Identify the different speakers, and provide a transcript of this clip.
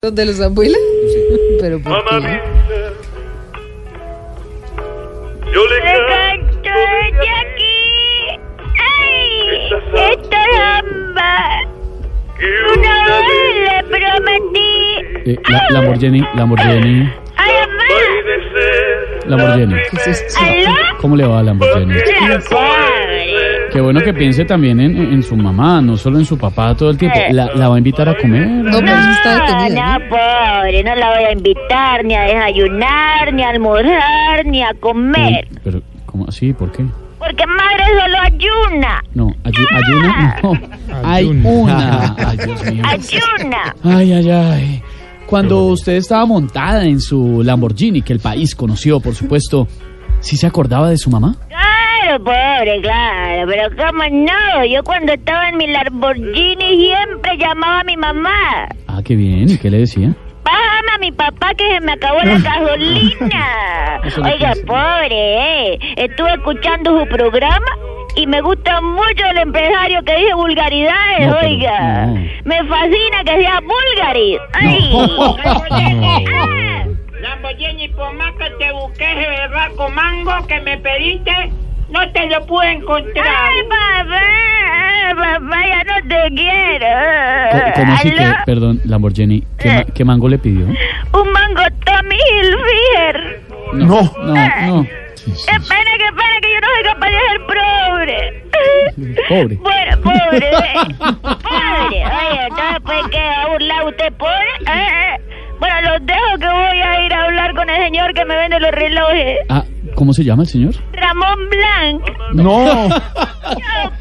Speaker 1: ¿Donde los abuelos? Pero ¿por
Speaker 2: Mamá
Speaker 1: qué?
Speaker 2: mía. Yo le canto
Speaker 3: estoy
Speaker 2: desde
Speaker 3: aquí. ¡Ay!
Speaker 2: Esta
Speaker 3: Esta jamba.
Speaker 2: que
Speaker 3: Una vez le
Speaker 2: vez
Speaker 3: prometí
Speaker 4: Eh, la, Lamborghini, Lamborghini,
Speaker 3: a la mamá.
Speaker 2: puede ser la
Speaker 4: Lamborghini.
Speaker 2: primera.
Speaker 1: ¿Qué es esto?
Speaker 3: ¿Aló?
Speaker 4: ¿Cómo le va a Lamborghini?
Speaker 3: La pobre.
Speaker 4: Qué bueno que piense también en, en su mamá, no solo en su papá todo el tiempo. ¿La, la va a invitar a comer?
Speaker 1: No, pero eso está detenida.
Speaker 3: No,
Speaker 1: ¿no?
Speaker 3: no, pobre, no la voy a invitar ni a desayunar, ni a almorzar, ni a comer.
Speaker 4: Pero, ¿cómo así? ¿Por qué?
Speaker 3: Porque madre solo ayuna,
Speaker 4: No, ayu- ayuna. No, hay una. Ay, Dios mío.
Speaker 3: ayuna.
Speaker 4: Ay, ay, ay. Cuando usted estaba montada en su Lamborghini, que el país conoció, por supuesto, ¿sí se acordaba de su mamá?
Speaker 3: Claro, pobre, claro, pero cómo no, yo cuando estaba en mi Lamborghini siempre llamaba a mi mamá.
Speaker 4: Ah, qué bien. ¿Y qué le decía?
Speaker 3: Bájame a mi papá que se me acabó la gasolina.
Speaker 4: Eso le
Speaker 3: Oiga,
Speaker 4: pasa.
Speaker 3: pobre, eh. estuve escuchando su programa y me gusta mucho el empresario que dice vulgaridades,
Speaker 4: No, pero
Speaker 3: oiga.
Speaker 4: no.
Speaker 3: Me fascina que sea vulgaris. Ay. Ah.
Speaker 5: Lamborghini, por más que te busqué ese barco mango que me pediste, no te lo pude encontrar.
Speaker 3: Ay, papá, ay, papá, ya no te quiero.
Speaker 4: Co- ¿Cómo así que,
Speaker 3: ¿Aló?
Speaker 4: perdón, Lamborghini, ¿qué, ma- qué mango le pidió?
Speaker 3: Un mango Tommy Hilfiger.
Speaker 4: No. No, no.
Speaker 3: Espera, que espera, que yo no soy capaz de ser pobre.
Speaker 4: Pobre.
Speaker 3: Bueno, pobre. eh. pobre. Oye, entonces, pues, ¿qué? ¿Va a burlar usted pobre? Eh, eh. Bueno, los dejo que voy a ir a hablar con el señor que me vende los relojes.
Speaker 4: Ah, ¿cómo se llama el señor?
Speaker 3: Ramón Blanc.
Speaker 4: No.
Speaker 3: Chao,